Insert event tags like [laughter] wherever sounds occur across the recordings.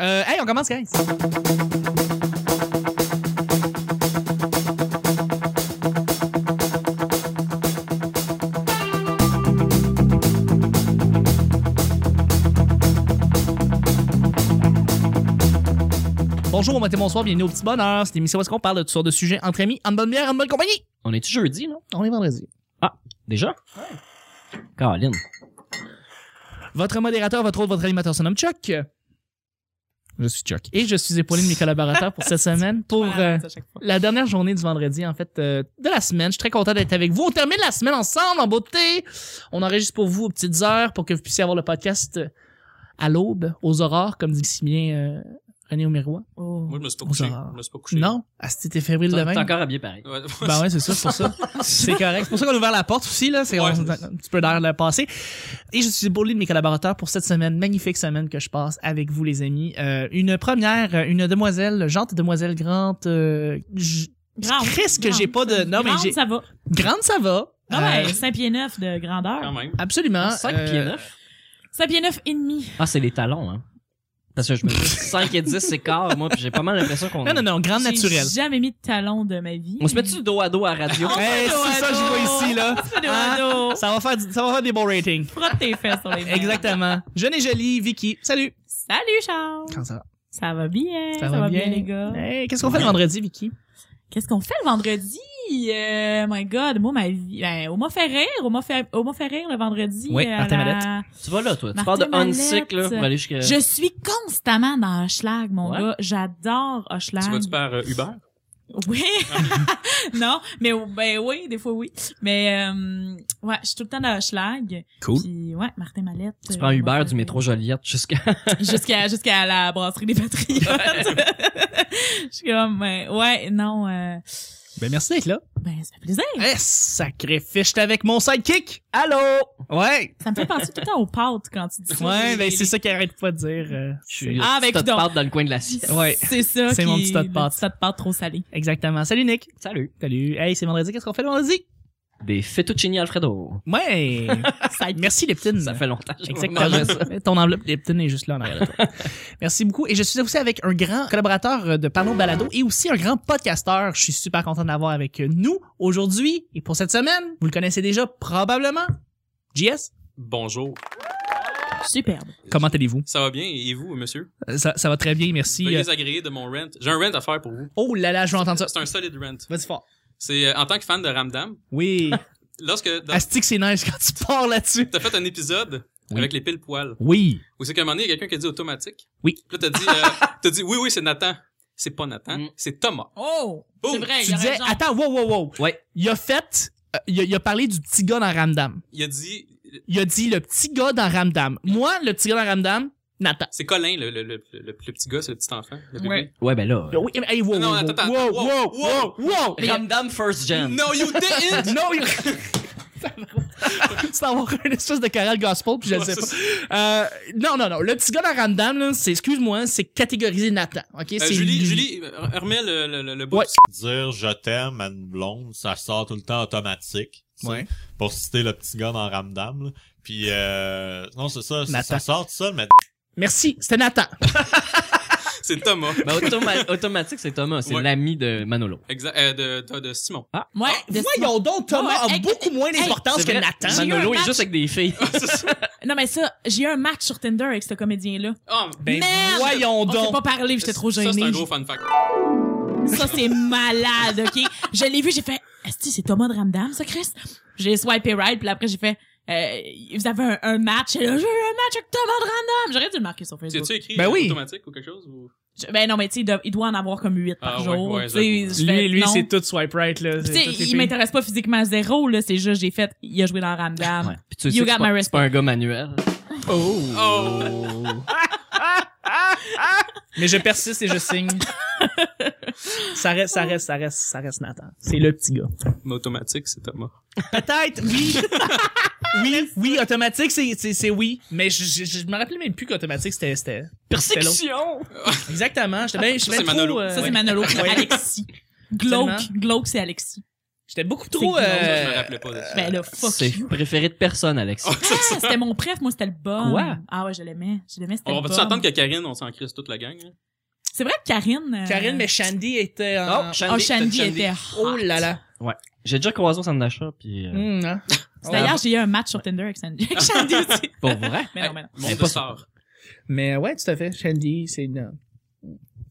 Euh, hey, on commence, guys! Bonjour, bon matin, bonsoir, bienvenue au Petit Bonheur. C'est l'émission où est-ce qu'on parle de toutes sortes de sujets entre amis, en bonne bière, en bonne compagnie. On est-tu jeudi, non? On est vendredi. Déjà? Caroline. Votre modérateur, votre autre, votre animateur se nomme Chuck. Je suis Chuck. Et je suis épaulé de mes collaborateurs [laughs] pour cette semaine, pour euh, à chaque fois. la dernière journée du vendredi, en fait, euh, de la semaine. Je suis très content d'être avec vous. On termine la semaine ensemble, en beauté. On enregistre pour vous aux petites heures pour que vous puissiez avoir le podcast euh, à l'aube, aux aurores, comme dit si bien euh, René Aumirois. Oh. Moi, je me suis pas couché. Je me suis pas couché. Non, ah, si t'étais fébrile T'es demain. encore habillé pareil. Ouais, Ben ouais, c'est ça, c'est pour ça. [laughs] c'est correct. C'est pour ça qu'on a ouvert la porte aussi, là. C'est Ouais. on- un petit peu d'air de passer. Et je suis épaulé de mes collaborateurs pour cette semaine, magnifique semaine que je passe avec vous, les amis. Euh, une première, euh, une demoiselle, gente demoiselle grande, euh, j- Grande. Chris que j'ai pas de- non, mais Grande, j'ai- ça va. grande, ça va. Non, Euh, mais 5 pieds 9 quand de grandeur. même. Absolument. 5 Euh, pieds 9. 5 pieds 9 et demi. Ah, c'est les talons, hein. Parce que je [laughs] me dis 5 et 10, c'est quart, moi, puis j'ai pas mal l'impression qu'on. Non, non, non, grande naturelle. J'ai jamais mis de talons de ma vie. On se met-tu dos à dos à radio? Oh. Hey, Dodo, c'est ça que je vois dodo. ici, là. Fais des Hein? radeaux. Ça va faire, du- ça va faire des bons ratings. Frotte tes fesses sur les mains. Exactement. Jeune et jolie, Vicky. Salut. Salut Charles. Comment ça va? Ça va bien. Ça, va bien, les gars. Hey, qu'est-ce qu'on fait le vendredi, Vicky? Qu'est-ce qu'on fait le vendredi? Euh, my God, moi, ma vie. Ben, on m'a fait rire. On m'a fait, on m'a fait rire le vendredi. euh, Oui, à Martin la- Tu vas là, toi. Tu Martin pars de Mallette. Unsick, là, pour aller Euh. jusqu'à. Je suis constamment dans Hochelag, mon Ouais. gars. J'adore Hochelag. Tu vas-tu par euh, Uber? Oui. [laughs] non, mais ben oui, des fois oui. Mais euh, ouais, je suis tout le temps dans Hochelag. Cool. Puis ouais, Martin Mallette. Tu euh, prends m'a Uber fait- du métro Joliette jusqu'à. [laughs] Ah, Jusqu'à jusqu'à la brasserie des Patriotes. [laughs] je suis comme ben, ouais, non euh, Ben, merci d'être là. ben ça fait plaisir. Eh, sacré fiche, j'étais avec mon sidekick! Allô? Ouais! Ça me fait penser tout le temps aux pâtes quand tu dis ça. Ouais, Les- ben c'est les- ça qu'il arrête pas de dire. euh, Je suis Ah, ah, ben, avec coudonc. dans le coin de la scie. Ouais. [laughs] C'est ça. C'est mon qui- petit tas de le pâtes. petit tas de pâtes trop salé. Exactement. Salut Nick! Salut. Salut! Hey, c'est vendredi, qu'est-ce qu'on fait le vendredi? Des fettuccini Alfredo. [laughs] Ouais! Merci Leptine! Ça fait longtemps. que j'ai pas mangé ça. Exactement. Ton enveloppe Leptine est juste là en arrière de toi. [laughs] Merci beaucoup. Et je suis aussi avec un grand collaborateur euh, de Parlons Balado et aussi un grand podcasteur. Je suis super content d'avoir avec euh, nous aujourd'hui et pour cette semaine. Vous le connaissez déjà probablement. JS, Bonjour. Superbe. comment allez-vous? Ça va bien? Et vous, monsieur? Euh, Ça, ça va très bien, merci. Veuillez Euh, agréer de mon rent. J'ai un rent à faire pour vous. Oh là là, je veux entendre ça. C'est un solide rent. Vas-y fort. C'est euh, en tant que fan de Ramdam, [laughs] Oui. lorsque dans- Astique, c'est nice quand tu pars là-dessus. t'as fait un épisode Oui. avec les pile poils, Oui. où c'est qu'à un moment donné, il y a quelqu'un qui a dit automatique. Oui. Puis là, t'as dit, [laughs] euh, t'as dit, oui, oui, c'est Nathan. C'est pas Nathan, Mm. c'est Thomas. Oh, Boum. c'est vrai, il Tu y a disais, raison. attends, wow, wow, wow. Ouais. Il a fait, euh, il, a, il a parlé du petit gars dans Ramdam. Il a dit, Il a dit le petit gars dans Ramdam. Moi, le petit gars dans Ramdam, Nathan. c'est Colin, le, le, le, le, le petit gars, c'est le petit enfant. le bébé. Ah Ouais. Ouais, ben là. Oui, hey, wow, Non, wow, attends, attends, wow, wow, wow, wow, wow, wow. Ramdam First Gen. No, you didn't! [laughs] Non, il... Ça va. C'est d'avoir une espèce de chorale gospel, puis [laughs] je le sais pas. Euh, non, non, non. Le petit gars dans Ramdam, là, c'est, excuse-moi, c'est catégorisé Nathan. OK? Euh, c'est Julie, lui. Julie, euh, remets le, le, le, le bout. Ouais. dire je t'aime à une blonde, ça sort tout le temps automatique. tu sais, Ouais. Pour citer le petit gars dans Ramdam. là. Puis euh, non, c'est ça, ça, Nathan. ça sort tout seul, mais Merci, c'était Nathan. [laughs] C'est Thomas. Ben, automa- automatique, c'est Thomas. C'est Ouais. l'ami de Manolo. Exact. euh, de, de, de Simon. Ouais, de- Ah, Voyons donc, Thomas Ah ouais, a hey, beaucoup moins d'importance C'est que vrai, Nathan. J'ai eu un Manolo est match. juste avec des filles. Non, mais ça, j'ai eu un match sur Tinder avec ce comédien-là. Ah, Ben, Merde! voyons On s'est donc. pas parlé, j'étais trop Ça, c'est un gênée. gros fun Ben fact. Ça, c'est malade, OK? Je l'ai vu, j'ai fait « Esti, c'est Thomas de Ramdam, ça, Chris? » J'ai swipé right, puis après, j'ai fait euh, « Vous avez un, un match? » J'ai là, « J'ai eu un match avec Thomas de Ramdam! » J'aurais dû le marquer sur Tu Facebook. as-tu écrit Ben euh, oui. automatique ou quelque chose? Ou... Je- ben non, mais tu sais, il doit- il doit en avoir comme 8 par Ah, ouais, jour. ouais, tu sais, j'avoue. je fais, non. tout swipe right, là. Tu sais, il m'intéresse pas physiquement à zéro, là. C'est juste, j'ai fait « Il a joué dans Ramdam. Ouais. Puis tu sais, You que c'est got my pas, respect. c'est pas un gars manuel. [laughs] Oh. Oh! Mais je persiste et je signe. ça reste, ça reste, ça reste, ça reste Nathan. C'est le petit gars. Mais automatique, c'est Thomas. Peut-être, [laughs] oui. oui, oui, automatique, c'est, c'est, c'est oui. Mais je, je, je me rappelais même plus qu'automatique, c'était, c'était. Persécution! Exactement. J'étais bien, je Ça, suis bien c'est trop, Manolo. euh, Ça, c'est ouais. Manolo. Ouais. Alexis. Glauque. Glauque, c'est Alexis. J'étais beaucoup trop. C'est euh, glauque. Ça, je me rappelais pas de ça. Ben là, fuck C'est [laughs] you. préféré de personne, Alex. Ah, c'est Ah, ça. c'était mon préf, moi, c'était le bon. Quoi? Ah ouais, je l'aimais. Je l'aimais, c'était On le va-tu bon. attendre que Karine, on s'en crisse toute la gang? hein? là? C'est vrai que Karine... euh, Karine, mais Shandy était. en- Oh, Oh, Shandy, Shandy Shandy. était Ah, Oh hot. là là. J'ai déjà croisé au centre d'achat, puis euh, Hum, hein. D'ailleurs, j'ai eu un match sur Tinder avec Shandy, [laughs] avec Shandy aussi. pour vrai. Mais non, mais non. Monde de pas stars. Ah. Mais ouais, tout à fait. Shandy, c'est une. euh,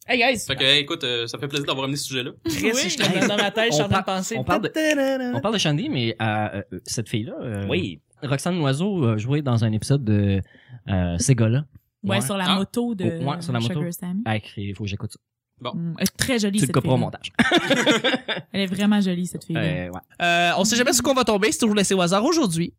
Hey guys! Fait que, hey, écoute, euh, ça fait plaisir d'avoir amené ce sujet-là. Chris, Oui. je te mets dans ma tête, je suis en train de penser. on parle de- On parle de Shandy, mais euh, euh, cette fille-là, euh, Oui. Roxane Noiseau a joué dans un épisode de euh, ces gars-là. Ouais, Ouais. sur Ah. la moto de Oh, ouais, sur la moto. Sugar Sammy. Ah, il faut que j'écoute ça. Mm, elle est très jolie, Tu le cette couperas au fille. montage. [laughs] Elle est vraiment jolie, cette fille. Euh, ouais. Euh, on sait jamais sur quoi on va tomber, c'est toujours laissé au hasard aujourd'hui.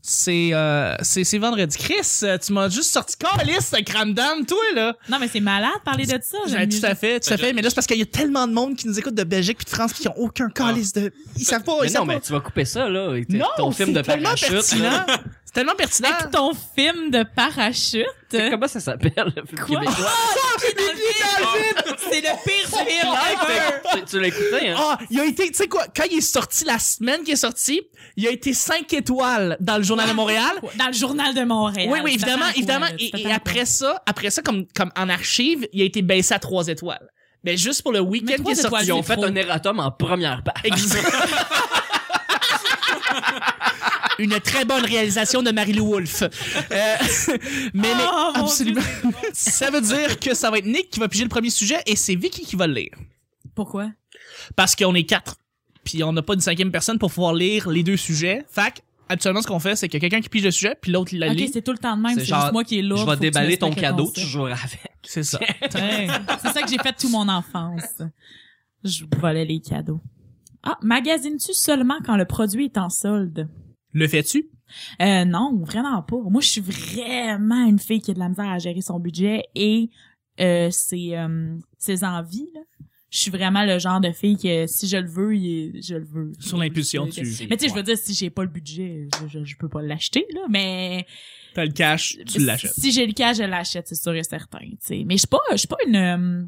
C'est euh, c'est c'est vendredi. Chris, euh, tu m'as juste sorti caliste, crame dame, toi là. Non, mais c'est malade parler de ça. Ouais, j'aime Ah, tout mieux à ça. fait, tout à Fait fait. que- Mais là, c'est parce qu'il y a tellement de monde qui nous écoute de Belgique puis de France puis qui ont aucun calice de. Ils savent pas. Ils Ah. Mais savent non, mais pas. tu vas couper ça, là. Oh, Non, ton c'est film de tellement parachute. là. pertinent. C'est tellement pertinent. Avec ton film de parachute. C'est- Comment ça s'appelle, le film Quoi? québécois? [laughs] C'est le pire film ever! Tu- Tu l'as écouté, hein? Ah, il a été, tu sais quoi, quand il est sorti la semaine qu'il est sorti, il a été 5 étoiles dans le journal de Montréal. Dans le journal de Montréal. Oui, oui, évidemment, T'attends quoi, évidemment. là? Tu Et, t'attends et quoi? après ça, après ça, comme, comme en archive, il a été baissé à 3 étoiles. Mais juste pour le Mais week-end qui trois est sorti. étoiles, Ils ont c'est fait trop. un erratum en première page. Une très bonne réalisation de Marie-Lou Wolfe. Euh, [laughs] mais, mais, Oh, mon absolument. [laughs] ça veut dire que ça va être Nick qui va piger le premier sujet et c'est Vicky qui va le lire. Pourquoi? Parce qu'on est quatre. Puis on n'a pas une cinquième personne pour pouvoir lire les deux sujets. Fait que, habituellement, ce qu'on fait, c'est que quelqu'un qui pige le sujet, puis l'autre, il la Ok, lit. c'est tout le temps de même. C'est C'est genre, juste moi qui est lourd. Je vais déballer ton cadeau, tu joueras avec. C'est ça. C'est ça que j'ai fait toute mon enfance. Je volais les cadeaux. Ah, magasines-tu seulement quand le produit est en solde? Le fais-tu? Euh, non, vraiment pas. Moi, je suis vraiment une fille qui a de la misère à gérer son budget et euh, ses, euh, ses envies. Là. Je suis vraiment le genre de fille que si je le veux, il est- je [laughs] le veux. Sur l'impulsion, Je- tu- Mais tu sais, je veux dire, si j'ai pas le budget, je, je, je peux pas l'acheter, là, mais... T'as le cash, tu l'achètes. Si j'ai le cas, je l'achète, c'est sûr et certain, tu sais. Mais je suis pas, je suis pas une, euh,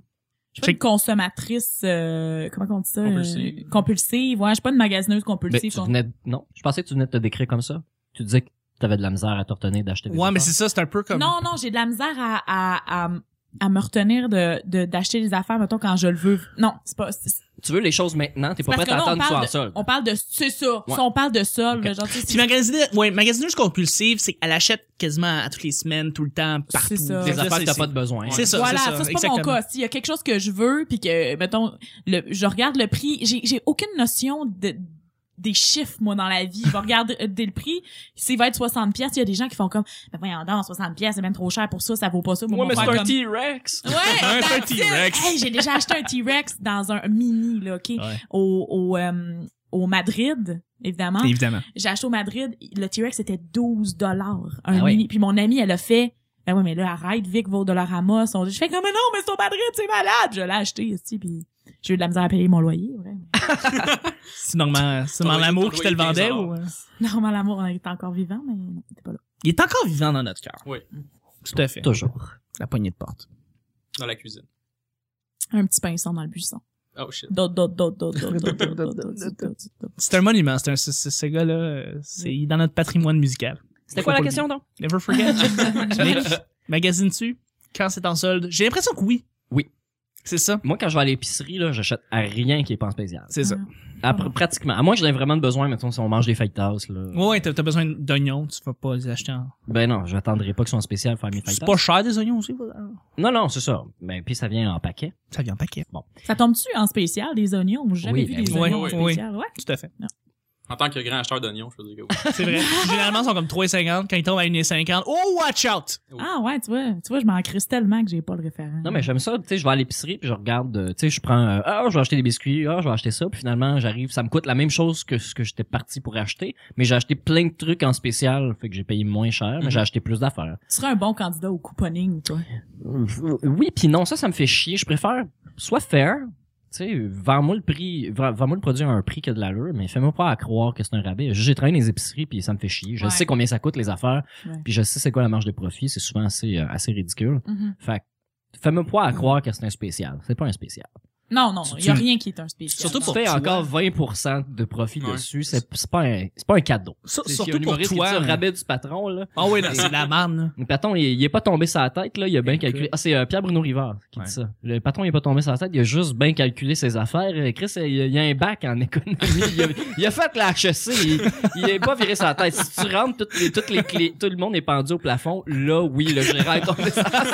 je suis pas Check. une consommatrice, euh, comment on dit ça? euh, Compulsive. compulsive, ouais. Je suis pas une magasineuse Ben, compulsive. tu venais de- Non, je pensais que tu venais de te décrire comme ça. Tu disais que t'avais de la misère à t'ordonner d'acheter des Ouais, mais affaires. c'est ça, c'est un peu comme. Non, non, j'ai de la misère à, à, à, à me retenir de, de, d'acheter des affaires, mettons, quand je le veux. Non, c'est pas, c'est- c'est- Tu veux les choses maintenant, t'es pas parce prêt que à là, on attendre que tu sois parle en de, solde. on parle de, c'est ça. Ouais. Si on parle de ça, Ok. là, genre, tu sais, Puis magasiner, ouais, magasineuse compulsive, c'est qu'elle achète quasiment à toutes les semaines, tout le temps, partout. C'est ça. Des Là, affaires que t'as c'est- pas de besoin. C'est ça, voilà, c'est ça, ça. c'est pas mon exactement. cas. S'il y a quelque chose que je veux, puis que, mettons, le, je regarde le prix, j'ai j'ai aucune notion de des chiffres, moi, dans la vie. Je vais regarder euh, dès le prix. S'il va être 60 pièces, il y a des gens qui font comme, ben voyons donc, 60 pièces, c'est même trop cher pour ça, ça vaut pas ça. Moi, mon frère, comme- T-Rex! Ouais, Un that's petit it. T-Rex. Hey, j'ai déjà acheté un T-Rex dans un mini, là, OK? Au, au, euh, au Madrid, évidemment. Évidemment. J'ai acheté au Madrid, le T-Rex était 12 dollars. Ah Un oui. mini. Puis mon amie, elle a fait, ben ouais, mais là, arrête, Vic va au Dollarama. Son... Je fais comme, mais non, mais c'est au Madrid, c'est malade. Je l'ai acheté, ici, puis j'ai eu de la misère à payer mon loyer, ouais. C'est normalement, c'est normalement T'aurais- l'amour qui te le t'aurais eu vendait 15 ou. euh? Normal amour, on était encore vivant, mais non, t'es pas là. Il est encore vivant dans notre cœur. Oui. Tout à fait. Toujours. La poignée de porte. Dans la cuisine. Un petit pinceau dans le buisson. Oh shit. Dot, dot, dot, dot, dot, dot, dot, dot, dot, dot, dot, dot. C'est un monument, c'est un, ce, ce- ce gars-là, euh, c'est, il est dans notre patrimoine musical. C'était Faut quoi pas la le question, donc? dire. Never forget. Magasines-tu quand c'est en solde? J'ai l'impression que oui. Oui. C'est ça. Moi, quand je vais à l'épicerie, là, j'achète à rien qui est pas en spécial. C'est ça. À pr- pratiquement. À moins que j'en ai vraiment de besoin, mettons, si on mange des fajitas, là. Ouais, t'as, t'as besoin d'oignons, tu vas pas les acheter en. Ben non, j'attendrai pas qu'ils soient en spécial pour faire mes C'est fajitas. pas cher des oignons aussi, voilà. Non, non, c'est ça. Ben, puis ça vient en paquet. Ça vient en paquet. Bon. Ça tombe-tu en spécial, des oignons? J'ai jamais Oui, vu ben des oui. oignons en Oui, oui, oui. spécial, ouais. Tout à fait. En tant que grand acheteur d'oignons, je veux dire que oui. C'est vrai. [laughs] Généralement, ils sont comme 3,50. Quand ils tombent à 1,50, oh, watch out! Oui. Ah ouais, tu vois, tu vois, je m'en crisse tellement que j'ai pas le référent. Non, mais j'aime ça. Tu sais, je vais à l'épicerie, puis je regarde, euh, tu sais, je prends, euh, ah, je vais acheter des biscuits, ah, je vais acheter ça, puis finalement, j'arrive, ça me coûte la même chose que ce que j'étais parti pour acheter, mais j'ai acheté plein de trucs en spécial, fait que j'ai payé moins cher, Mhm. mais j'ai acheté plus d'affaires. Tu serais un bon candidat au couponing, toi. Euh, Oui, puis non, ça, ça me fait chier. Je préfère soit faire, tu sais, vends-moi le prix, vends- vends-moi le produit à un prix qui a de l'allure, mais fais-moi pas à croire que c'est un rabais. J'ai travaillé dans les épiceries, puis ça me fait chier. Je Ouais. sais combien ça coûte les affaires, Ouais. puis je sais c'est quoi la marge de profit. C'est Mm-hmm. souvent assez, euh, assez ridicule. Fait que, fais-moi pas à croire que c'est un spécial. C'est pas un spécial. Non, non, Tu- il y a tu- rien qui est un spécial. Surtout Non. tu pour fais toi. encore 20% de profit Ouais. dessus, c'est c'est pas un, c'est pas un cadeau. Sur- C'est- surtout c'est un pour humoriste qui toi. tire le hein. rabais du patron, là. Ah oui, non, c'est de la marne. Le patron, il, il est pas tombé sa tête, là. Il a bien Écoute. calculé. Ah, c'est euh, Pierre-Bruno Rivard qui Ouais. dit ça. Le patron, il est pas tombé sa tête. Il a juste bien calculé ses affaires. Euh, Chris, il, y a un bac en économie. Il a, il a fait la HEC. Il, il est pas viré sa tête. Si tu rentres, toutes les, toutes les clés, tout le monde est pendu au plafond. Là, oui, le gérant est tombé sa tête.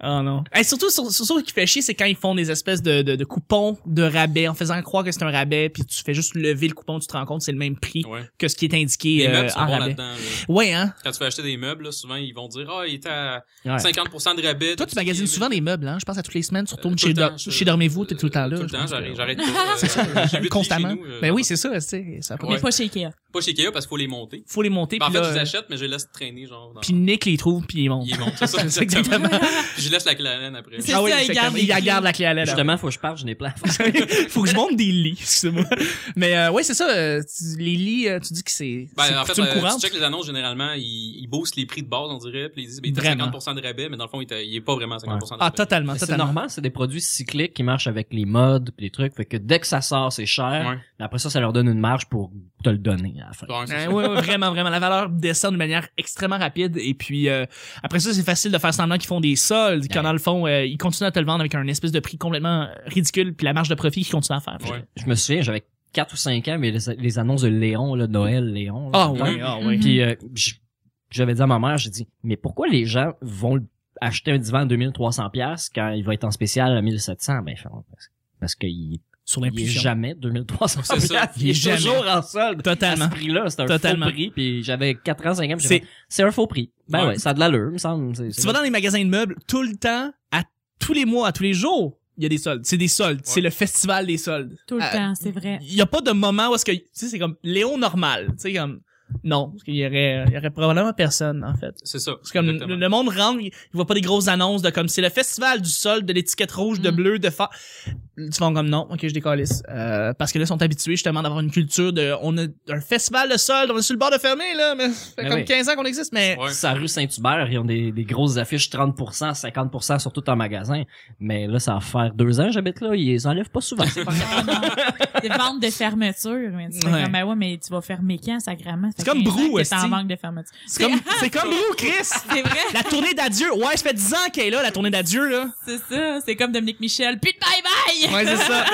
Ah non. Et surtout, sur- sur- surtout, ce qui fait chier, c'est quand ils font des espèces de, de, de coupons de rabais en faisant croire que c'est un rabais, puis tu fais juste lever le coupon, tu te rends compte que c'est le même prix Ouais. que ce qui est indiqué Les euh, meubles sont en bons rabais. là-dedans. là. Ouais, hein. Quand tu vas acheter des meubles, là, souvent, ils vont dire Ah, il était à Ouais. 50 de rabais. Toi, tu magasines souvent des meubles, hein. Je pense à toutes les semaines, tu retournes Tout chez, le temps, Do- je- chez Dormez-vous, t'es tout le temps là. Tout le je temps, pense que- [laughs] j'arrête j'arrête pas. Euh, C'est constamment. Ben oui, c'est ça, tu sais, ça Ouais. Mais pas chez Ikea. Pas chez Ikea parce qu'il faut les monter. Faut les monter, Ben, en puis fait, je les là, achète, mais je les laisse traîner, genre. dans- puis Nick les trouve, puis ils montent. Ils montent, c'est ça. [laughs] C'est exactement. [laughs] Puis je laisse la clé à laine après. C'est Ah oui, ça, il c'est garde comme- les il la clés. garde la clé à l'aide. Justement, faut que je parle, je n'ai plein. Faut que je monte des lits, excuse-moi. Mais euh, ouais, c'est ça, euh, tu- les lits, euh, tu dis que c'est c'est Ben, en fait, coutume euh, tu courante. checkes les annonces, généralement, ils, ils boostent les prix de base, on dirait, puis ils disent, ben, il est à Vraiment. 50% de rabais, mais dans le fond, il, était- il est pas vraiment à 50% de rabais. Ah, totalement, C'est totalement. normal, c'est des produits cycliques qui marchent avec les modes pis les trucs. Fait que dès que ça sort, c'est Ah, cher. Ouais. Mais après ça, ça leur donne une marge pour te le donner à la fin. Ouais, c'est Hein, Ouais, ouais, ça. ouais, vraiment, vraiment. La valeur descend de manière extrêmement rapide. Et puis, euh, après ça, c'est facile de faire semblant qu'ils font des soldes, quand Ouais. dans le fond, euh, ils continuent à te le vendre avec un espèce de prix complètement ridicule, puis la marge de profit qu'ils continuent à faire. Ouais. Je me souviens, j'avais 4 ou 5 ans, mais les, les annonces de Léon, là, Noël, Léon. là, Ah dans le ouais, temps. ah Mhm. ouais. Puis euh, j- j'avais dit à ma mère, j'ai dit, mais pourquoi les gens vont le- acheter un divan à 2300$ piastres quand il va être en spécial à 1700$? Ben, parce- parce qu'il Sur il est l'impulsion. jamais 2300$. C'est ça. piastres. Il est Il est toujours en solde. Totalement. à ce prix-là, c'est un Totalement. faux prix, puis j'avais 4 ans, 5 ans, puis j'ai C'est- fait, c'est un faux prix. Ben Ouais. ouais, ça a de l'allure, me semble. C'est- Tu vas dans les magasins de meubles tout le temps, à tous les mois, à tous les jours, il y a des soldes. C'est des soldes. C'est le festival des soldes. Tout le Euh, Ah, temps, c'est vrai. Il y a pas de moment où est-ce que, tu sais, c'est comme Léo normal. Tu sais, comme, non, parce qu'il y aurait, il y aurait probablement personne, en fait. C'est ça. C'est comme exactement. le, le monde rentre, il il voit pas des grosses annonces de comme c'est le festival du sol, de l'étiquette rouge, de Mm. bleu, de fa. Tu font comme non, ok, je décalisse. Euh, parce que là, ils sont habitués justement d'avoir une culture de, on a un festival de sol, on est sur le bord de fermer là, mais ça fait Mais comme oui. 15 ans qu'on existe, mais Ouais. Sur la rue Saint-Hubert, ils ont des, des grosses affiches 30%, 50% sur tout un magasin. Mais là, ça va faire deux ans que j'habite là. Ils les enlèvent pas souvent. C'est pas grave. Ah non. Des ventes de fermeture. Mais tu fais Ouais. comme, ben ouais, mais tu vas fermer quand, sacrément? Ça C'est fait comme 15 ans Brou, que T'es esti. en manque de fermeture. c'est comme, c'est comme Léo Chris. C'est vrai, La tournée d'adieu. Ouais, ça fait 10 ans qu'elle est là, la tournée d'adieu, là. c'est ça. C'est comme Dominique Michel. Plus de bye-bye! Ouais, c'est ça.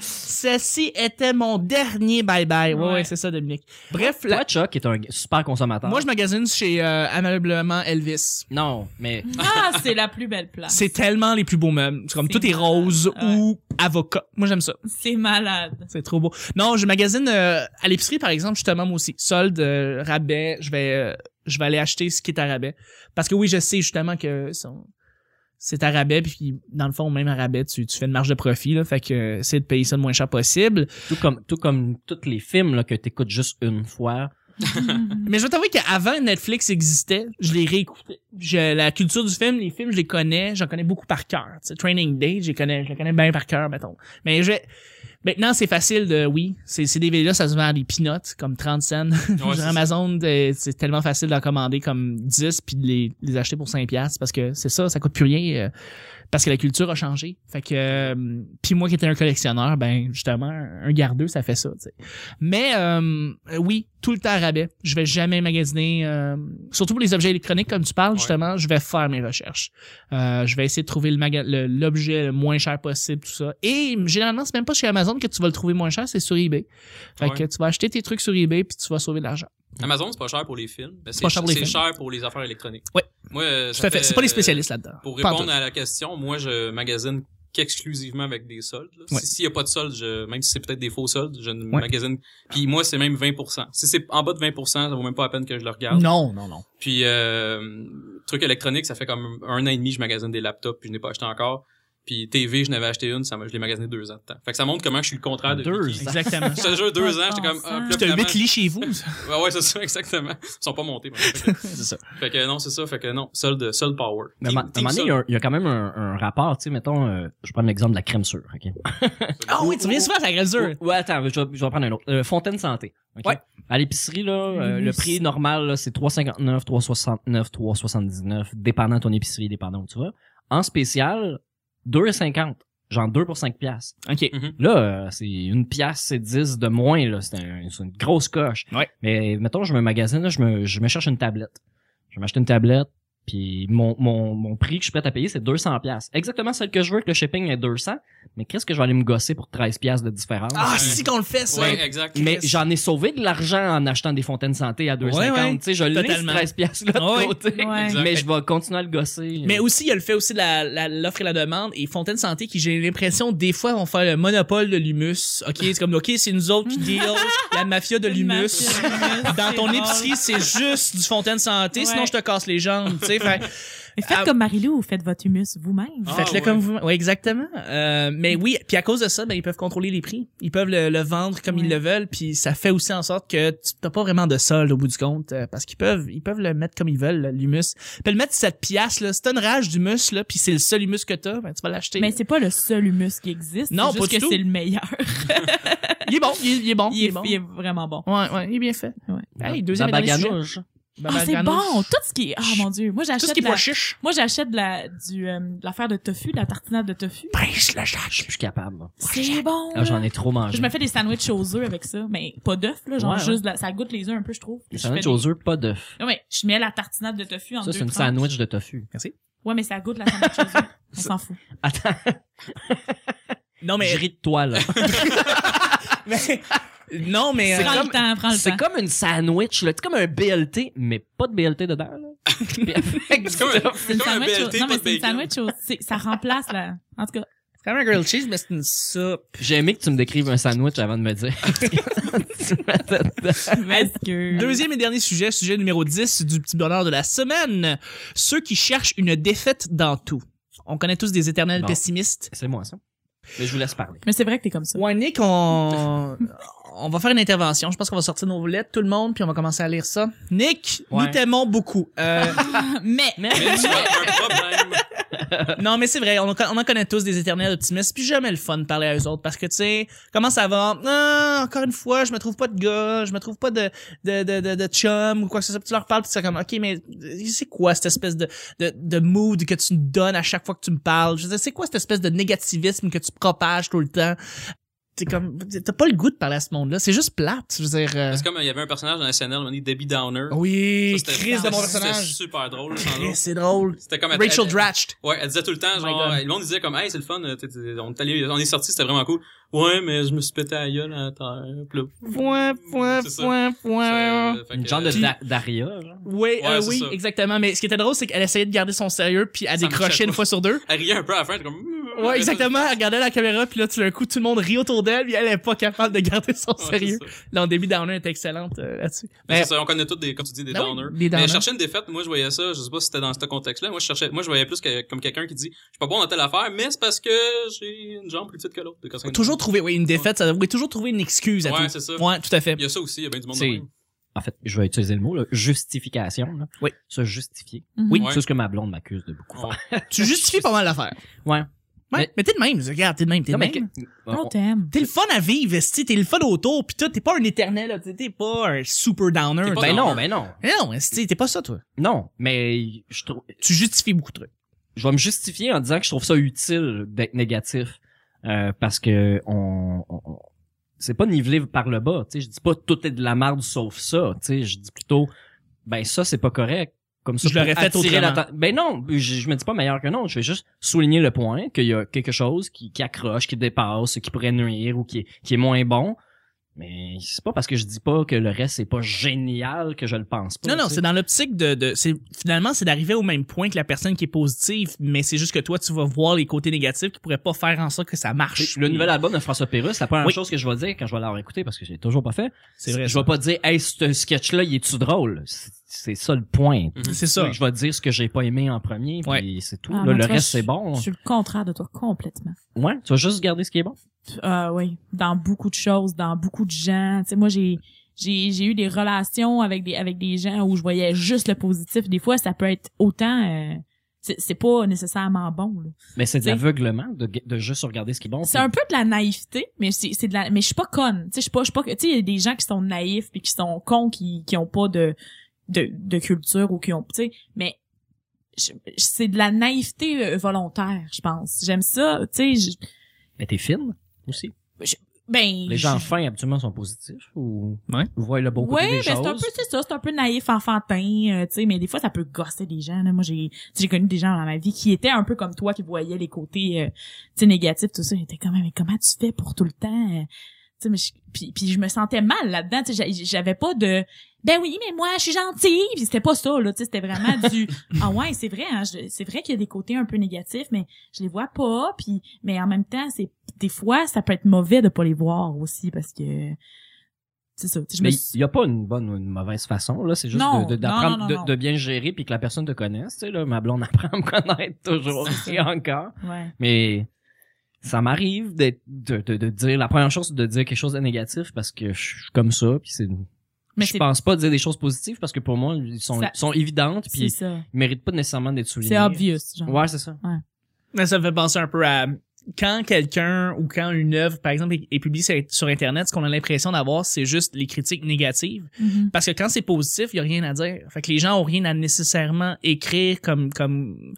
Ceci était mon dernier bye-bye. Ouais, ouais, Ouais. c'est ça, Dominique. Bref, [laughs] la- Toi, Chuck est un super consommateur. moi, je magasine chez euh, Ameublement Elvis. Non, mais Ah, c'est la plus belle place. C'est tellement les plus beaux meubles. C'est comme C'est tout est rose malade. ou avocat. Moi, j'aime ça. [laughs] C'est malade. C'est trop beau. Non, je magasine euh, à l'épicerie, par exemple, justement, moi aussi. Solde, euh, rabais, je vais, euh, je vais aller acheter ce qui est à rabais. Parce que oui, je sais justement que son- c'est à rabais, puis dans le fond, même à rabais, tu, tu fais une marge de profit, là, fait que euh, essaie de payer ça le moins cher possible. tout comme, tout comme tous les films là, que t'écoutes juste une fois. Mais je vais t'avouer qu'avant Netflix existait, je les réécoutais. Je, la culture du film, les films, je les connais, j'en connais beaucoup par cœur. Tu sais, Training Day, je les connais, je les connais bien par cœur, mettons. Mais je vais- maintenant, c'est facile de, oui, ces, ces DVD-là, ça se vend à des peanuts, comme 30 cents. Ouais, Sur c'est Amazon, euh, c'est tellement facile d'en commander comme 10 puis de les, les acheter pour 5 piastres parce que c'est ça, ça coûte plus rien euh, parce que la culture a changé. Fait que euh, puis moi qui étais un collectionneur, ben justement un gardeux ça fait ça, tu sais. Mais euh, euh, oui, tout le temps à rabais. Je vais jamais magasiner euh, surtout pour les objets électroniques comme tu parles Ouais. justement, je vais faire mes recherches. Euh, je vais essayer de trouver le maga- le- l'objet le, moins cher possible tout ça. Et généralement, c'est même pas chez Amazon que tu vas le trouver moins cher, c'est sur eBay. Fait Ouais. que tu vas acheter tes trucs sur eBay puis tu vas sauver de l'argent. Amazon, c'est pas cher pour les films. mais c'est pas cher pour les c'est films. cher pour les affaires électroniques. Ouais. Moi, euh, ça Tout à fait. C'est pas les euh, spécialistes là-dedans. Pour Pas en répondre à la question, moi, je magasine qu'exclusivement avec des soldes. là. Ouais. Si- S'il n'y a pas de soldes, je, même si c'est peut-être des faux soldes, je ne Ouais. magasine. Puis moi, c'est même 20%. Si c'est en bas de 20%, ça vaut même pas la peine que je le tout. regarde. Non, non, non. Puis euh, truc électronique, ça fait comme un an et demi que je magasine des laptops, puis je n'ai pas acheté encore. Puis TV, je n'avais acheté une, ça m'a- je l'ai magasiné deux ans de temps. Fait que ça montre comment je suis le contraire de Deux Vicky. ans. Exactement. [laughs] Je te jure, deux ans, j'étais comme... Ah, puis là, T'as finalement- huit lits chez vous. Ouais, ouais, c'est ça, [laughs] exactement. Ils sont pas montés. [laughs] moi. Fait que, c'est ça. fait que non, c'est ça. Fait que non, solde, solde power. Mais à un moment à Team- un team moment donné, il y, solde. a un- il y a quand même un, un rapport, tu sais, mettons, euh, je prends l'exemple de la crème sûre, ok? Ah oui, tu viens souvent à la Oh, gravure. Ou- Oh, Ouais, attends, je vais, je vais prendre un autre. Euh, fontaine santé. ok? Ouais. À l'épicerie, là, euh, Oui, le c'est- prix normal, là, c'est 3,59, 3,69, 3,79, dépendant de ton épicerie, dépendant où tu vas. En spécial, 2,50. Genre 2 pour 5 piastres. OK. Là, euh, c'est une pièce, c'est 10 de moins, là. C'est un- c'est une grosse coche. Ouais. Mais mettons, je me magasine, là, je me, je me cherche une tablette. Je vais m'acheter une tablette, puis mon, mon, mon prix que je suis prêt à payer, c'est 200 pièces. Exactement celle que je veux, que le shipping est 200. Mais qu'est-ce que je vais aller me gosser pour 13 pièces de différence? Ah, Ouais. si qu'on le fait, ça! [laughs] oh. Ouais, exact. mais Christ. j'en ai sauvé de l'argent en achetant des fontaines santé à 2,50. Ouais, ouais. Tu sais, je l'ai, ce Totalement. 13 pièces là de Ouais. côté. Ouais. Exact. Mais je vais continuer à le gosser. Ah Mais aussi, il y a le fait aussi de la- la- l'offre et la demande et Fontaine Santé qui, j'ai l'impression, des fois, vont faire le monopole de l'humus. OK, c'est comme, OK, c'est nous [laughs] autres qui deal la mafia de l'humus. Dans ton épicerie, c'est juste du Fontaine Santé, Ouais. sinon je te casse les jambes, tu sais. Fait- Mais faites Ah. comme Marilou, faites votre humus vous-même. Ah. Faites-le ouais. comme vous. Oui, exactement. Euh, mais oui, puis à cause de ça, ben, ils peuvent contrôler les prix. Ils peuvent le, le vendre comme Ouais. ils le veulent, puis ça fait aussi en sorte que tu t'as pas vraiment de solde au bout du compte, euh, parce qu'ils peuvent ils peuvent le mettre comme ils veulent, là, l'humus. Ils peuvent le mettre 7 piastres, là. Si t'as une rage d'humus, là, puis c'est le seul humus que t'as, ben, tu vas l'acheter. Mais c'est pas le seul humus qui existe. Non, c'est pas juste du que tout. c'est le meilleur. Il est bon, il est, il est bon. Il est, il est vraiment bon. Ouais, ouais, il est bien fait. Ouais. Hey, deuxième La et dernier baganouche. sujet. Ah, c'est Baganouche. bon! Tout ce qui est... Oh mon Dieu! Moi, Tout ce j'achète qui est de pas la... chiche. Moi, j'achète de la, du, euh, de l'affaire de tofu, de la tartinade de tofu. Prince le Je suis plus capable. là. C'est bon! Ah, j'en là. ai trop mangé. Je me fais des sandwichs aux œufs avec ça, mais pas d'œufs, là, genre Ouais, juste, de la- ça goûte les œufs un peu, je trouve. Des Je sandwichs fais des- aux œufs, pas d'œufs. Non, mais je mets la tartinade de tofu en Ça, deux c'est une tranches. sandwich de tofu. Ouais, mais ça goûte la sandwich aux œufs. On s'en fout. Attends, Non, je mais, ris de toi, là. mais- [laughs] non, mais, euh, Prends comme- le temps, prends le C'est temps. comme une sandwich, là. C'est comme un BLT, mais pas de BLT dedans, là. Puis avec du C'est comme un, stuff. c'est comme un BLT, aux... pas Non, mais de c'est une bacon. sandwich aux... c'est- Ça remplace la... En tout cas, c'est quand même un grilled cheese, mais c'est une soupe. J'ai aimé que tu me décrives un sandwich avant de me dire. Tu m'as dedans. est-ce que... Deuxième et dernier sujet, sujet numéro 10 du petit bonheur de la semaine. Ceux qui cherchent une défaite dans tout. On connaît tous des éternels Bon. pessimistes. c'est moi, ça. Mais je vous laisse parler. Mais c'est vrai que t'es comme ça. Ouais, Nick, on, [laughs] on va faire une intervention. Je pense qu'on va sortir nos lettres, tout le monde, puis on va commencer à lire ça. Nick, nous Ouais. t'aimons beaucoup. Euh, Ah, Mais... Mais, Mais tu as [laughs] un problème. non, mais c'est vrai, on, en con- on en connaît tous des éternels optimistes, puis jamais le fun de parler à eux autres parce que tu sais, comment ça va Ah, Encore une fois, je me trouve pas de gars, je me trouve pas de de de de, de chum ou quoi que ce soit. Puis tu leur parles, puis c'est comme ok, mais euh, c'est quoi cette espèce de de de mood que tu me donnes à chaque fois que tu me parles Je veux dire, c'est quoi cette espèce de négativisme que tu propages tout le temps T'es comme t'as pas le goût de parler à ce monde-là, c'est juste plate. Je veux dire. euh, C'est comme euh, il y avait un personnage dans la SNL, on dit Debbie Downer. Oui, Ça, c'était- Chris Oh, de mon c'était personnage. super drôle. sans Chris, doute. c'est drôle. C'était comme elle- Rachel elle- Dratched. Ouais, elle disait tout le temps, My genre, God. le monde disait comme, hey, c'est le fun, euh, t'es- t'es- on, est allé- on est sorti, c'était vraiment cool. Ouais, mais je me suis pété à la gueule à terre. Puis là, Point, point, C'est ça. point, point. ça- fait une que- genre de Puis- da- Daria, genre. Oui, Ouais, euh, c'est oui, ça. exactement. Mais ce qui était drôle, c'est qu'elle essayait de garder son sérieux, puis elle Ça décrochait marchait une pas. fois sur deux. Elle riait un peu à la fin, elle était comme... [laughs] Ouais, exactement. Elle regardait la caméra, puis là, tout d'un coup, tout le monde rit autour d'elle, puis elle est pas capable de garder son Ouais, c'est sérieux. ça. Là, en début d'année, elle était excellente euh, là-dessus. Mais Mais c'est ça, on connaît tous des, comme tu dis, des Ben oui, downers. des downers. Mais chercher une défaite, moi, je voyais ça, je sais pas si c'était dans ce contexte-là. Moi, je cherchais, moi, je voyais plus que, comme quelqu'un qui dit, je suis pas bon dans telle affaire, mais c'est parce que j'ai une jambe plus petite que l'autre. Des consignes. toujours trouver, oui, une défaite, ça oui, toujours trouver une excuse à Ouais, tout. c'est ça. Ouais, tout à fait. Il y a ça aussi, il y a bien du monde. C'est- dans le même. En fait, je vais utiliser le mot, là. Justification, là. Oui. Se justifier. Mhm. Oui. Ouais. C'est ce que ma blonde m'accuse de beaucoup. Ouais. Tu justifies pas mal l'affaire. Ouais. Ouais, mais, Mais- t'es le même, regarde, t'es le même, t'es le Non, mais même. que- On Ah, on- t'aime. T'es le fun à vivre, esti, t'es le fun autour, puis toi, t'es pas un éternel, là, t'es- t'es pas un super downer. T'es pas Ben Ben dans- non, ben non. non, esti, t'es pas ça, toi. Non, mais je trouve, Tu justifies beaucoup de trucs. je vais me justifier en disant que je trouve ça utile d'être négatif euh, parce que on, on- on- c'est pas nivelé par le bas. Tu sais, je dis pas tout est de la merde sauf ça. Tu sais, je dis plutôt ben ça c'est pas correct. Comme ça, Je l'aurais pour fait attirer autrement. l'atten- Ben non, je, je me dis pas meilleur que non. Je vais juste souligner le point qu'il y a quelque chose qui, qui accroche, qui dépasse, qui pourrait nuire ou qui, est- qui est moins bon. Mais c'est pas parce que je dis pas que le reste c'est pas génial que je le pense pas. Non, non, tu sais. c'est dans l'optique de, de c'est, finalement, c'est d'arriver au même point que la personne qui est positive, mais c'est juste que toi, tu vas voir les côtés négatifs qui pourraient pas faire en sorte que ça marche. Le nouvel album de François Pérusse, la première Oui. chose que je vais dire quand je vais l'avoir écouté, parce que je l'ai toujours pas fait, C'est vrai, Je vais pas dire, hey, ce sketch-là, il est-tu drôle? C'est- C'est ça le point. c'est Mm. ça. Je vais dire ce que j'ai pas aimé en premier, puis c'est tout. Ah, Là, moi, le tu vois, reste, je- c'est bon. Je suis le contraire de toi complètement. Ouais, tu vas juste garder ce qui est bon. Euh, oui, dans beaucoup de choses, dans beaucoup de gens. Tu sais, moi, j'ai j'ai j'ai eu des relations avec des avec des gens où je voyais juste le positif. Des fois, ça peut être autant. euh, c'est c'est pas nécessairement bon. là. Mais c'est de T'sais- l'aveuglement de, de juste regarder ce qui est bon. C'est un peu de la naïveté, mais c'est c'est de la. Mais je suis pas conne. Tu sais, je suis pas je suis pas. Tu sais, il y a des gens qui sont naïfs puis qui sont cons, qui qui ont pas de de, de culture ou qui ont. Tu sais, mais je- c'est de la naïveté euh, volontaire, je pense. J'aime ça, tu sais, je- Mais t'es fine aussi. ben Les gens fins, habituellement, sont positifs ou Ouais. voient le bon côté Oui, des mais ben, c'est un peu choses. c'est ça, c'est un peu naïf enfantin, euh, tu sais, mais des fois ça peut gosser des gens. Là. Moi j'ai tu sais, j'ai connu des gens dans ma vie qui étaient un peu comme toi qui voyaient les côtés euh, tu sais négatifs tout ça, j'étais quand même mais comment tu fais pour tout le temps euh, tu sais mais je- puis puis je me sentais mal là-dedans, tu sais j'a- j'avais pas de ben oui, mais moi je suis gentille, puis c'était pas ça là, tu sais c'était vraiment [laughs] du ah ouais, c'est vrai hein, je- c'est vrai qu'il y a des côtés un peu négatifs mais je les vois pas puis mais en même temps c'est des fois ça peut être mauvais de pas les voir aussi parce que c'est ça, tu sais, je me Mais suis- il n'y a pas une bonne ou une mauvaise façon, là. C'est juste Non, de- de- non, d'apprendre non, non, non. de, de bien gérer puis que la personne te connaisse. Tu sais, là, ma blonde apprend à me [laughs] connaître toujours C'est et encore. ouais. Mais ça m'arrive d'être- de, de, de dire... La première chose, c'est de dire quelque chose de négatif parce que je suis comme ça. Puis c'est... Mais je c'est- pense pas dire des choses positives parce que pour moi, ils sont, Ça- ils sont évidentes C'est puis ça. ils méritent pas nécessairement d'être soulignés. C'est obvious, genre. Ouais, c'est ça. Mais ça me fait penser un peu à quand quelqu'un ou quand une œuvre, par exemple, est- est publiée sur- sur Internet, ce qu'on a l'impression d'avoir, c'est juste les critiques négatives. Mhm. Parce que quand c'est positif, il n'y a rien à dire. Fait que les gens ont rien à nécessairement écrire comme, comme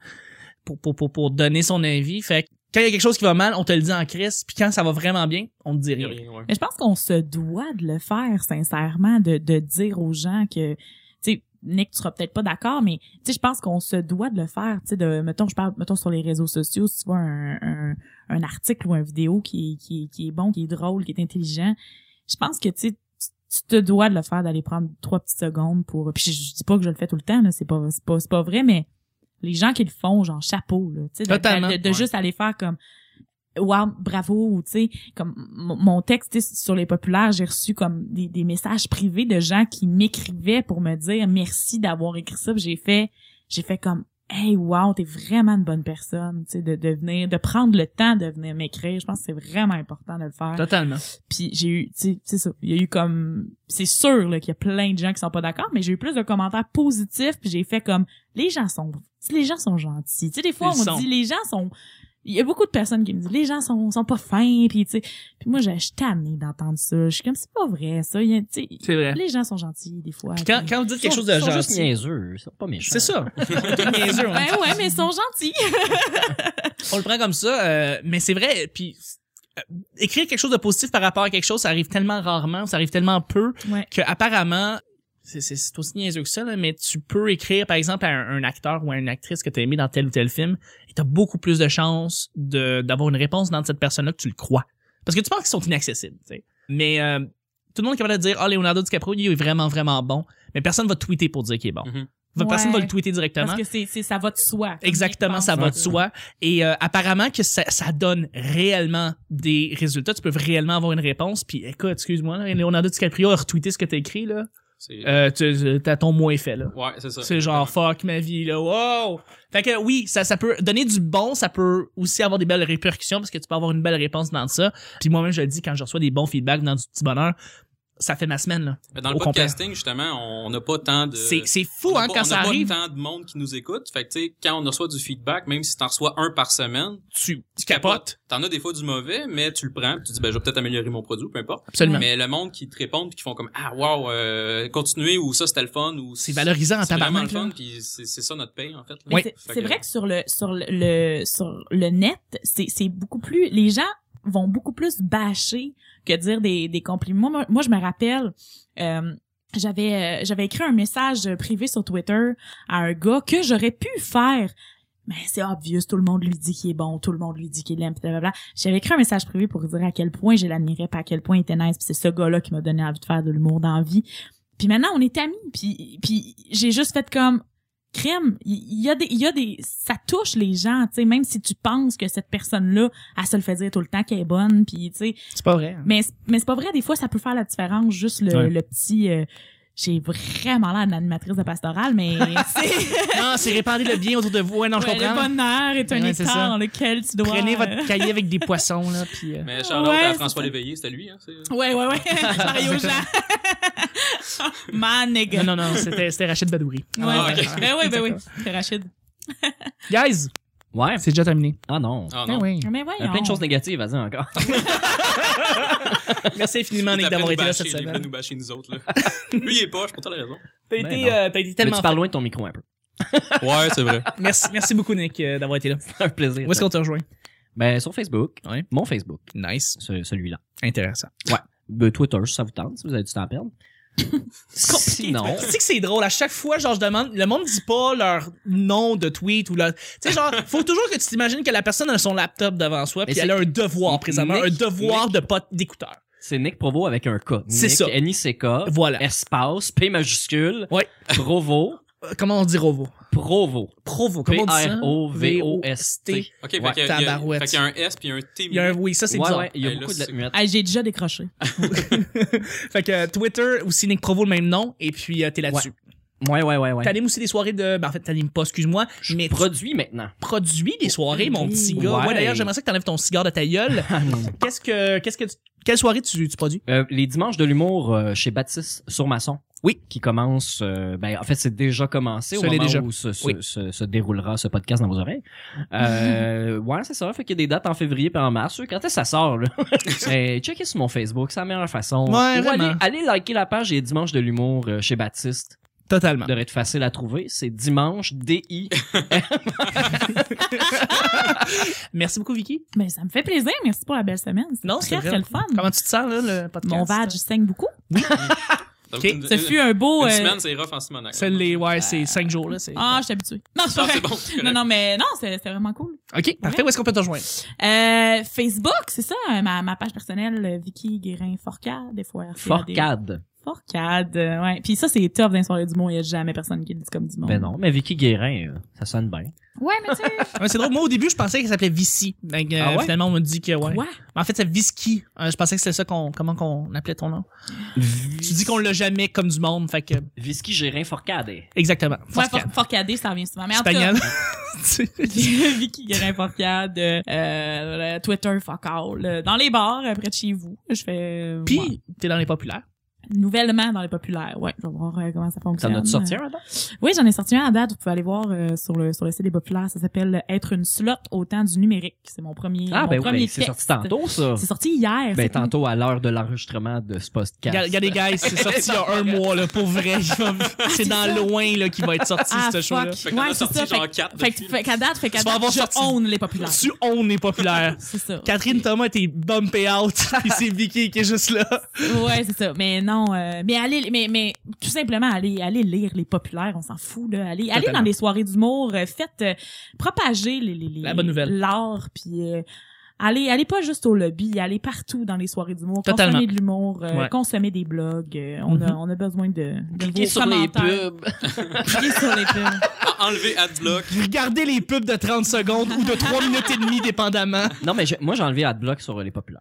pour, pour, pour, pour donner son avis. Fait que quand il y a quelque chose qui va mal, on te le dit en crise. Puis quand ça va vraiment bien, on te dit Y a rien. rien, ouais. Mais je pense qu'on se doit de le faire, sincèrement, de, de dire aux gens que, tu sais, Nick, tu seras peut-être pas d'accord, mais tu sais, je pense qu'on se doit de le faire, tu sais, de, mettons, je parle, mettons, sur les réseaux sociaux, si tu vois un, un, un article ou une vidéo qui, est- qui, est- qui est bon, qui est drôle, qui est intelligent, je pense que, tu sais, tu tu te dois de le faire, d'aller prendre trois petites secondes pour, puis je, je dis pas que je le fais tout le temps, là, c'est pas, c'est pas, c'est pas vrai, mais les gens qui le font, genre, chapeau, là, tu sais, de, Totalement, de- de ouais. juste aller faire comme, wow, bravo, ou tu sais, comme mon mon texte tu sais, sur les populaires, j'ai reçu comme des, des messages privés de gens qui m'écrivaient pour me dire merci d'avoir écrit ça. Puis J'ai fait, j'ai fait comme hey wow, t'es vraiment une bonne personne, tu sais, de, de venir, de prendre le temps de venir m'écrire. Je pense que c'est vraiment important de le faire. Totalement. Puis j'ai eu, tu sais, c'est ça, il y a eu comme, c'est sûr là qu'il y a plein de gens qui sont pas d'accord, mais j'ai eu plus de commentaires positifs. Puis j'ai fait comme les gens sont, les gens sont gentils. Tu sais, des fois Ils on sont. dit les gens sont il y a beaucoup de personnes qui me disent les gens sont sont pas fins puis tu sais puis moi j'ai suis tannée d'entendre ça je suis comme c'est pas vrai ça Il y a- tu sais, C'est vrai. les gens sont gentils des fois Puis quand, puis- quand vous dites quelque Ils sont- chose de ils sont juste gentil, niaiseux. Ils sont pas méchants. c'est [laughs] ça. On est tous niaiseux, on est ben ouais mais ils sont gentils on le prend comme ça, euh, mais c'est vrai. Puis euh, écrire quelque chose de positif par rapport à quelque chose, ça arrive tellement rarement, ça arrive tellement peu Ouais. que apparemment, c'est- c'est c'est aussi niaiseux que ça, là, mais tu peux écrire par exemple à un, un acteur ou à une actrice que t'as aimé dans tel ou tel film, et t'as beaucoup plus de chances de d'avoir une réponse dans cette personne-là que tu le crois, parce que tu penses qu'ils sont inaccessibles. tu sais. Mais euh, tout le monde est capable de dire, ah Leonardo DiCaprio, il est vraiment vraiment bon, mais personne va tweeter pour dire qu'il est bon. Mhm. Personne va Ouais. le tweeter directement. parce que c'est c'est ça va de soi Exactement, ça va de soi. Et euh, apparemment que ça, ça donne réellement des résultats. Tu peux réellement avoir une réponse. Puis écoute, excuse-moi, là, Leonardo DiCaprio a retweeté ce que t'as écrit, là. C'est- Euh, tu- t'as ton moins fait, là. Ouais, c'est ça. C'est genre fuck ma vie là, wow! Fait que oui, ça, ça peut donner du bon, ça peut aussi avoir des belles répercussions parce que tu peux avoir une belle réponse dans ça. Puis moi-même, je le dis quand je reçois des bons feedbacks dans du petit bonheur, ça fait ma semaine là. Mais Dans au le complet. podcasting, justement, on n'a pas tant de... C'est c'est fou On a hein pas- quand on ça a arrive, pas tant de monde qui nous écoute. Fait que, tu sais, quand on reçoit du feedback, même si t'en reçois un par semaine, tu, tu capotes. T'en as des fois du mauvais, mais tu le prends, puis tu dis, ben, je vais peut-être améliorer mon produit, peu importe. Absolument. [laughs] Mais le monde qui te répond, puis qui font comme, ah, wow, euh, continuez, ou ça, c'était le fun, ou C'est valorisant en C'est vraiment tabarnak. le là. fun, puis c'est c'est ça notre paye, en fait. là. Mais c'est- Fait C'est vrai que sur le sur le, le- sur le net, c'est c'est beaucoup plus les gens vont beaucoup plus bâcher que dire des, des compliments. Moi, moi, je me rappelle euh, j'avais euh, j'avais écrit un message privé sur Twitter à un gars que j'aurais pu faire mais c'est obvious, tout le monde lui dit qu'il est bon, tout le monde lui dit qu'il aime, puis blablabla. J'avais écrit un message privé pour dire à quel point je l'admirais, pas à quel point il était nice, puis c'est ce gars-là qui m'a donné envie de faire de l'humour dans la vie. Puis maintenant, on est amis, puis, puis j'ai juste fait comme, crème, il il y, a des, il y a des, ça touche les gens, tu sais, même si tu penses que cette personne-là, elle se le fait dire tout le temps qu'elle est bonne, puis tu sais, C'est pas vrai. hein. mais, c'est- mais c'est pas vrai, des fois, ça peut faire la différence, juste le, Ouais. le petit... euh, j'ai vraiment l'air d'une animatrice de pastorale, mais c'est... non, c'est répandre le bien autour de vous. Ouais, non, je Ouais, le comprends. bonheur est un Ouais, c'est ça. état dans lequel tu dois... euh, Prenez votre cahier avec des poissons, là, puis... euh, [laughs] Mais Charlotte Ouais, à c'est François ça. Léveillé, c'était lui, hein, c'est- [laughs] Ouais, ouais, ouais. Mario Jean. [laughs] Man, nigga. Non, non, non, c'était c'était Rachid Badouri. Ouais. Ah, ok. Ben oui, ben oui. C'est Rachid. Guys, Ouais. c'est déjà terminé. Ah non. Ah, Ah non. oui. Mais Il y a voyons. plein de choses négatives à dire encore. Merci infiniment, Il est Nick, après d'avoir nous été là bâcher, cette Il est après semaine. [laughs] nous bâcher, nous autres, là. Lui, il est poche, pour toute la raison. T'as Ben été, non. euh, t'as été Mais tellement... tu parles loin de ton micro un peu. [laughs] Ouais, c'est vrai. Merci, merci beaucoup, Nick, euh, d'avoir été là. C'est un plaisir. Où est-ce qu'on te rejoint? Ben, sur Facebook. Ouais. Mon Facebook. Nice. ce- celui-là. Intéressant. Ben, Twitter, si ça vous tente, si vous avez du temps à perdre. Sinon. Tu sais que c'est drôle, à chaque fois, genre, je demande, le monde dit pas leur nom de tweet ou leur. Tu sais, genre, faut toujours que tu t'imagines que la personne a son laptop devant soi, Mais puis c'est- elle a un devoir présentement, Nick- un devoir de pot d'écouteur. C'est Nick Provo avec un K. C'est Nick, ça. N-I-C-K. Voilà. Espace, P majuscule. Ouais. Provo. Euh, Comment on dit Rovo? Provo. Provo, comment on dit ça? P-R-O-V-O-S-T. OK, fait Ouais, qu'il y a- il y a- tabarouette. fait qu'il y a un S puis un T. Il y a un oui, ça c'est ouais, bizarre. ouais, il y a Eh, là, beaucoup de c'est- lettres. Ah, j'ai déjà décroché. [laughs] Fait que euh, Twitter aussi Nick Provo le même nom et puis euh, t'es là-dessus. Ouais, ouais, ouais, ouais. T'animes aussi des soirées de ben, en fait t'animes pas, excuse-moi, mais tu Produit maintenant. produis des soirées mon petit Oui. gars. Ouais, Ouais. d'ailleurs, j'aimerais ça que t'enlèves ton cigare de ta [laughs] gueule. qu'est-ce que qu'est-ce que tu- quelle soirée tu, tu produis Euh, les dimanches de l'humour euh, chez Baptiste Sourmasson. Oui. Qui commence, euh, ben, en fait, c'est déjà commencé au Ça l'est moment déjà. où se, se, Oui. se- se déroulera ce podcast dans vos oreilles. Euh, [laughs] ouais, c'est ça. Fait qu'il y a des dates en février puis en mars. Quand est-ce que ça [laughs] sort, là? hey, checkez sur mon Facebook, c'est la meilleure façon. Ouais, Ou vraiment. allez, allez liker la page Les Dimanches de l'humour euh, chez Baptiste. Totalement. Ça devrait être facile à trouver. C'est [laughs] dimanche, D-I. Merci beaucoup Vicky. Mais Ben, ça me fait plaisir. Merci pour la belle semaine. C'était Non, très, c'est très le fun. Comment tu te sens là le podcast Mon badge saigne beaucoup. Ça Ok. fait une- Ce une- fut un beau. Une euh, semaine, c'est rough en Simonac. C'est les ouais, Euh, c'est cinq jours là, c'est Ah, je suis habituée. Non, c'est pas Ah, vrai. c'est bon, c'est non, correct. non, mais non, c'est- c'était vraiment cool. OK, parfait, où est-ce qu'on peut te rejoindre Euh, Facebook, c'est ça, euh, ma, ma page personnelle, euh, Vicky Guérin Forcade, des fois. Forcade. Forcade, euh, ouais. Puis ça, c'est top d'un soirée du monde. Il y a jamais personne qui le dit comme du monde. Ben non, mais Vicky Guérin, euh, ça sonne bien. Ouais, mais tu sais, Ouais, Ah, c'est drôle, moi au début, je pensais qu'elle s'appelait Vici. Donc, euh, Ah ouais? finalement on me dit que ouais. quoi? Mais En fait, c'est Vicky. Euh, je pensais que c'était ça qu'on comment qu'on appelait ton nom. Tu dis qu'on l'a jamais comme du monde, fait que Vicky Guérin Forcade. exactement. Ouais, Forcade. for- Forcadé, ça revient souvent. Mais en tout cas, Espagnol. Tu- [laughs] Vicky Guérin Forcade, euh, euh, Twitter, fuck all, euh, dans les bars, euh, près de chez vous. Je fais... euh, [laughs] Puis ouais. t'es dans les populaires. Nouvellement dans les populaires, ouais. Je vais voir euh, comment ça Ça fonctionne. en a-tu sorti un, là? Oui, j'en ai sorti un à date. Vous pouvez aller voir euh, sur le sur le site des populaires. Ça s'appelle Être une slot au temps du numérique. C'est mon premier Ah, mon ben oui, premier ben, c'est sorti texte. tantôt, ça. C'est sorti Ben, hier. c'est- tantôt à l'heure de l'enregistrement de ce podcast. Regarde- Regardez, guys, [laughs] c'est sorti il y a un mois, là, pour [laughs] vrai. Il va- C'est dans loin, là, qu'il va être sorti, Ah, ce show-là. fuck. Fait qu'on en a Ouais, c'est sorti ça. genre Fait que- quatre fait que- depuis, fait qu'à date, fait qu'à Tu vas date, avoir je sorti- own les populaires. Tu on est [laughs] populaire. C'est ça. Catherine Thomas était bumpé [laughs] out, puis c'est Vicky qui est juste là. Ouais, c'est ça. Mais non, euh, mais allez, mais, mais tout simplement, allez, allez lire les populaires, on s'en fout, là. Allez, allez Totalement. dans des soirées d'humour, euh, faites, euh, propagez les, les, les- La bonne nouvelle. L'art, puis euh, allez, allez pas juste au lobby, allez partout dans les soirées d'humour. Totalement. Consommez de l'humour, euh, Ouais. consommez des blogs. euh, on, a, Mhm. on a besoin de, de Cliquez vos sur les commentaires. pubs. Cliquez sur les pubs. En- Enlever Adblock. Regardez les pubs de 30 secondes ou de 3 minutes et demie, dépendamment. Non, mais je- moi, j'ai enlevé Adblock sur les populaires.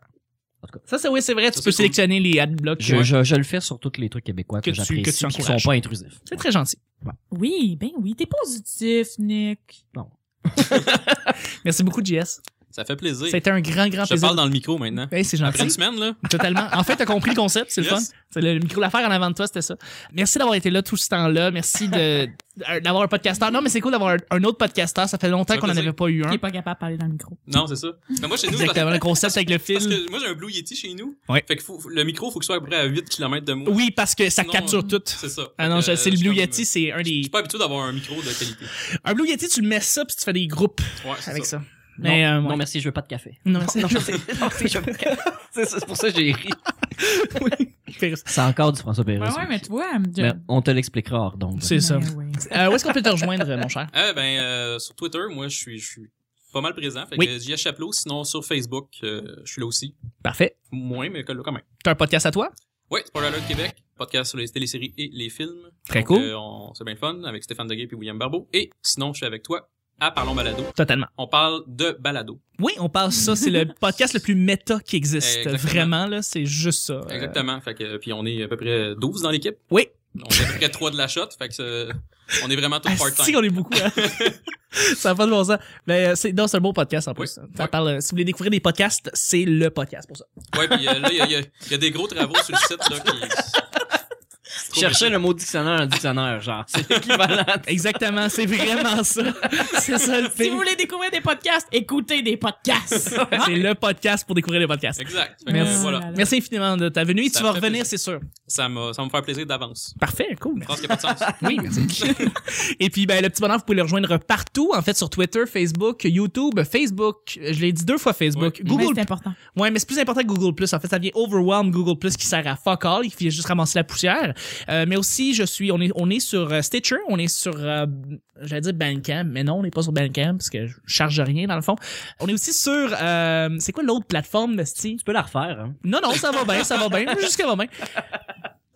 Ça, c'est oui, c'est vrai, tu Ça, peux c'est sélectionner les euh, adblocks. Je, je, je le fais sur tous les trucs québécois que, Que tu- j'apprécie, que tu qui sont encourages. pas intrusifs. C'est très gentil. Oui, ben oui, t'es positif, Nick. Merci beaucoup, JS. Ça fait plaisir. C'était un grand, grand Je te plaisir. parle dans le micro maintenant. Hey, c'est Après une gentil. semaine, là. Totalement. En fait, t'as compris le concept, c'est le fun. Yes. C'est le, le micro l'affaire en avant de toi, c'était ça. Merci d'avoir été là tout ce temps-là. Merci de euh, d'avoir un podcasteur. Non, mais c'est cool d'avoir un, un autre podcasteur. Ça fait longtemps Ça qu'on n'en fait avait pas eu Qui un. est pas capable de parler dans le micro. Non, c'est ça. Mais moi, chez nous, parce, Exactement, le concept avec le parce fil. que moi, j'ai un Blue Yeti chez nous. Ouais. Fait que faut- le micro, faut que soit à peu près à 8 km de moi. Oui, parce que ça Sinon, capture euh, tout. C'est ça. Ah non, je- Fait que, c'est euh, le je suis Blue comme- Yeti, c'est un Je des. suis pas habitué d'avoir un micro de qualité. Un Blue Yeti, tu le mets ça puis tu fais des groupes Ouais, c'est avec ça. ça. Mais, non, euh, ouais. non, merci, je veux pas de café. [laughs] Non, c'est- [laughs] merci, non, merci, je veux pas de café. [laughs] C'est ça, c'est pour ça que j'ai ri. Fais- C'est encore du François Pérez. Ouais, ouais, mais tu vois, je- Mais on te l'expliquera hors donc. C'est ça. Ben oui. Euh, où est-ce qu'on peut te rejoindre, mon cher? Ah, ben, euh, sur Twitter, moi, je suis, je suis pas mal présent. Fait Oui. que J.S. Chapelot, sinon sur Facebook, euh, je suis là aussi. Parfait. Moins, mais que là, quand même. T'as un podcast à toi? Ouais, Spoiler Alert Québec, podcast sur les téléséries et les films. Très Donc, cool. euh, on, c'est bien le fun avec Stéphane Deguay et William Barbeau. Et sinon, je suis avec toi à Parlons Balado. Totalement. On parle de balado. Oui, on parle ça. C'est [laughs] le podcast le plus méta qui existe. Exactement. Vraiment, là, c'est juste ça. Euh, Exactement. Fait que, euh, puis on est à peu près 12 dans l'équipe. Oui. On est à peu près 3 de la shot. Fait que c'est- on est vraiment tout Asti, part-time. Ah, on est beaucoup. hein. ça n'a pas de bon sens. Mais euh, c'est, non, c'est un bon podcast en plus. Ça ouais. parle, euh, si vous voulez découvrir des podcasts, c'est le podcast pour ça. Ouais, puis euh, là, il y a, il y a- il y a des gros travaux sur le site là, qui, trop [laughs] Cherchez méchant. le mot dictionnaire dans le dictionnaire, genre. C'est l'équivalent. Exactement, c'est vraiment ça. [laughs] C'est ça le Si vous pire. voulez découvrir des podcasts, écoutez des podcasts. Hein? C'est le podcast pour découvrir les podcasts. Exact. Fait que, Merci. euh, Ah Voilà. là là. Merci infiniment de ta venue. Ça tu vas fait revenir, plaisir. c'est sûr. Ça m'a- ça va me faire plaisir d'avance. Parfait, cool. Je pense qu'il n'y a pas [laughs] de sens. Oui, merci. Et puis, ben, le petit bonheur, vous pouvez le rejoindre partout. En fait, sur Twitter, Facebook, YouTube, Facebook. Je l'ai dit deux fois Facebook. Ouais. Google. Mais c'est important. Ouais, mais c'est plus important que Google Plus. En fait, ça vient Overwhelm Google Plus qui sert à fuck all, qui fait juste ramasser la poussière. Euh, mais aussi, je suis, on est, on est sur euh, Stitcher, on est sur, euh, j'allais dire Bandcamp, mais non, on n'est pas sur Bandcamp parce que je charge rien dans le fond. On est aussi sur, euh, c'est quoi l'autre plateforme, Nasty? Tu peux la refaire, hein. Non, non, ça va bien, ça va bien, [laughs] jusqu'à va bien.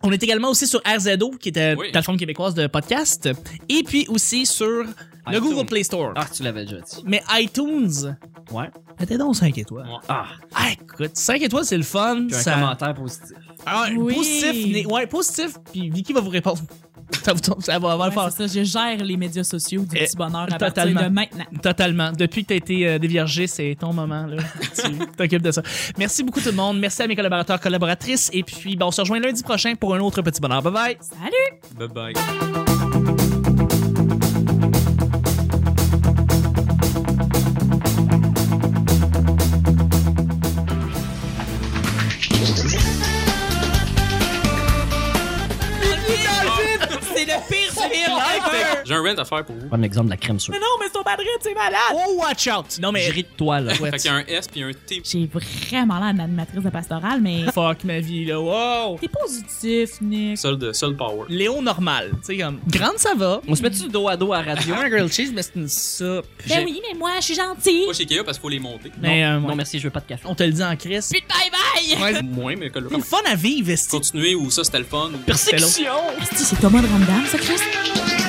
On est également aussi sur RZO, qui est euh, la Oui. plateforme québécoise de podcast, et puis aussi sur le iTunes. Google Play Store. Ah, tu l'avais déjà dit. Mais iTunes, Ouais. mettez donc 5 étoiles. Ouais. Ah, Ah, écoute, 5 étoiles, c'est le fun. puis un ça- commentaire positif. Ah, Oui. positif, né- ouais, positif, puis Vicky va vous répondre. [laughs] ça, vous tombe- ça va avoir Ouais, le faire. c'est ça, je gère les médias sociaux du Eh, petit bonheur à totalement. partir de maintenant. Totalement. Depuis que t'as été euh, déviergé, c'est ton moment, [laughs] là. tu t'occupes de ça. Merci beaucoup tout le monde. Merci à mes collaborateurs, collaboratrices. Et puis, ben, on se rejoint lundi prochain pour un autre petit bonheur. Bye bye. Salut! Bye bye. C'est le pire film ever! J'ai un rent à faire pour vous. Prends exemple de la crème sur. Mais non, mais son padrine, c'est malade! Oh, watch out. Non, mais. J'ai ri de toi, là. Ouais, Fait qu'il y a un S puis un T. J'ai vraiment l'air d'une animatrice de pastorale, mais Fuck ma vie, là. Wow. [laughs] t'es positif, Nick. Seul de seul power. Léo normal. Tu sais, comme. Grande, ça va. On se met-tu dos à dos à radio? un grilled cheese, mais c'est une soupe. Ben oui, mais moi, je suis gentille. Pas chez Ikea parce qu'il faut les monter. Mais, euh, ouais. Non, merci, je veux pas de café. On te le dit en crise. Puis de bye-bye! Ouais, Moins, mais que le c'est le fun à vivre, esti. Continuez ou ça c'était le fun. ou- Persécution. Asti, C'est Thomas de Ramdam, ça, Christ?